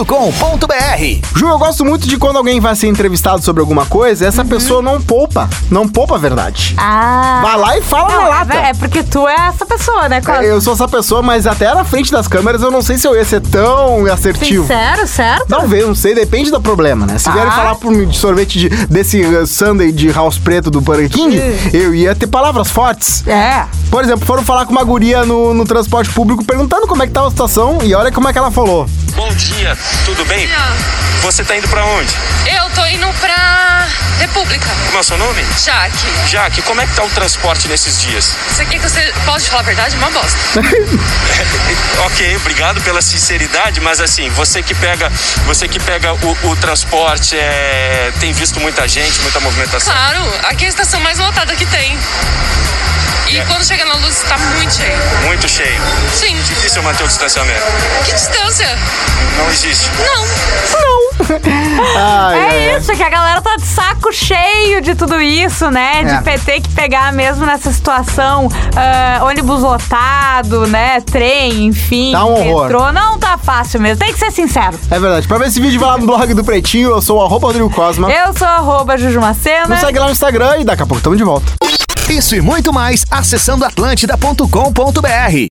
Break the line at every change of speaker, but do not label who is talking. Atlântida.com.br
Ju, eu gosto muito de quando alguém vai ser entrevistado sobre alguma coisa, essa pessoa não poupa. Não poupa a verdade.
Uhum. Ah.
Vai lá e fala na
Não,
lata.
é, é porque tu é essa pessoa, né, Cosmo?
Eu sou essa pessoa, mas até na frente das câmeras eu não sei se eu ia ser tão assertivo.
Sincero, certo?
Talvez, não sei, depende do problema, né? Se vierem
Tá.
falar por mim de sorvete de, desse eh, sundae de house preto do Burger King,
Ih.
eu ia ter palavras fortes.
É.
Por exemplo, foram falar com uma guria no, no transporte público perguntando como é que tava a situação e olha como é que ela falou.
Bom dia, tudo bem? Você tá indo pra onde?
Eu tô indo pra República,
Como é o seu nome?
Jaque.
Jaque, como é que tá o transporte nesses dias?
Você quer que você. Posso te falar a verdade? é Uma bosta.
Ok, obrigado pela sinceridade, mas assim, você que pega, você que pega o, o transporte, é, tem visto muita gente, muita movimentação.
Claro, aqui é a estação mais lotada que tem. E quando chega na luz, tá muito cheio.
Muito cheio.
Sim.
Difícil manter o distanciamento.
Que distância?
Não existe.
Não.
Ai, ai,
É isso, é que a galera tá de saco cheio de tudo isso, né? De
É.
PT que pegar mesmo nessa situação, ah, ônibus lotado, né? Trem, enfim.
Tá um horror.
metrô. Não tá fácil mesmo, tem que ser sincero.
É verdade. Pra ver esse vídeo, vai lá no blog do Pretinho. Eu sou o arroba Rodrigo Cosma.
Eu sou arroba Juju Macena.
Nos segue lá no Instagram e daqui a pouco tamo de volta.
Isso e muito mais acessando atlântida.com.br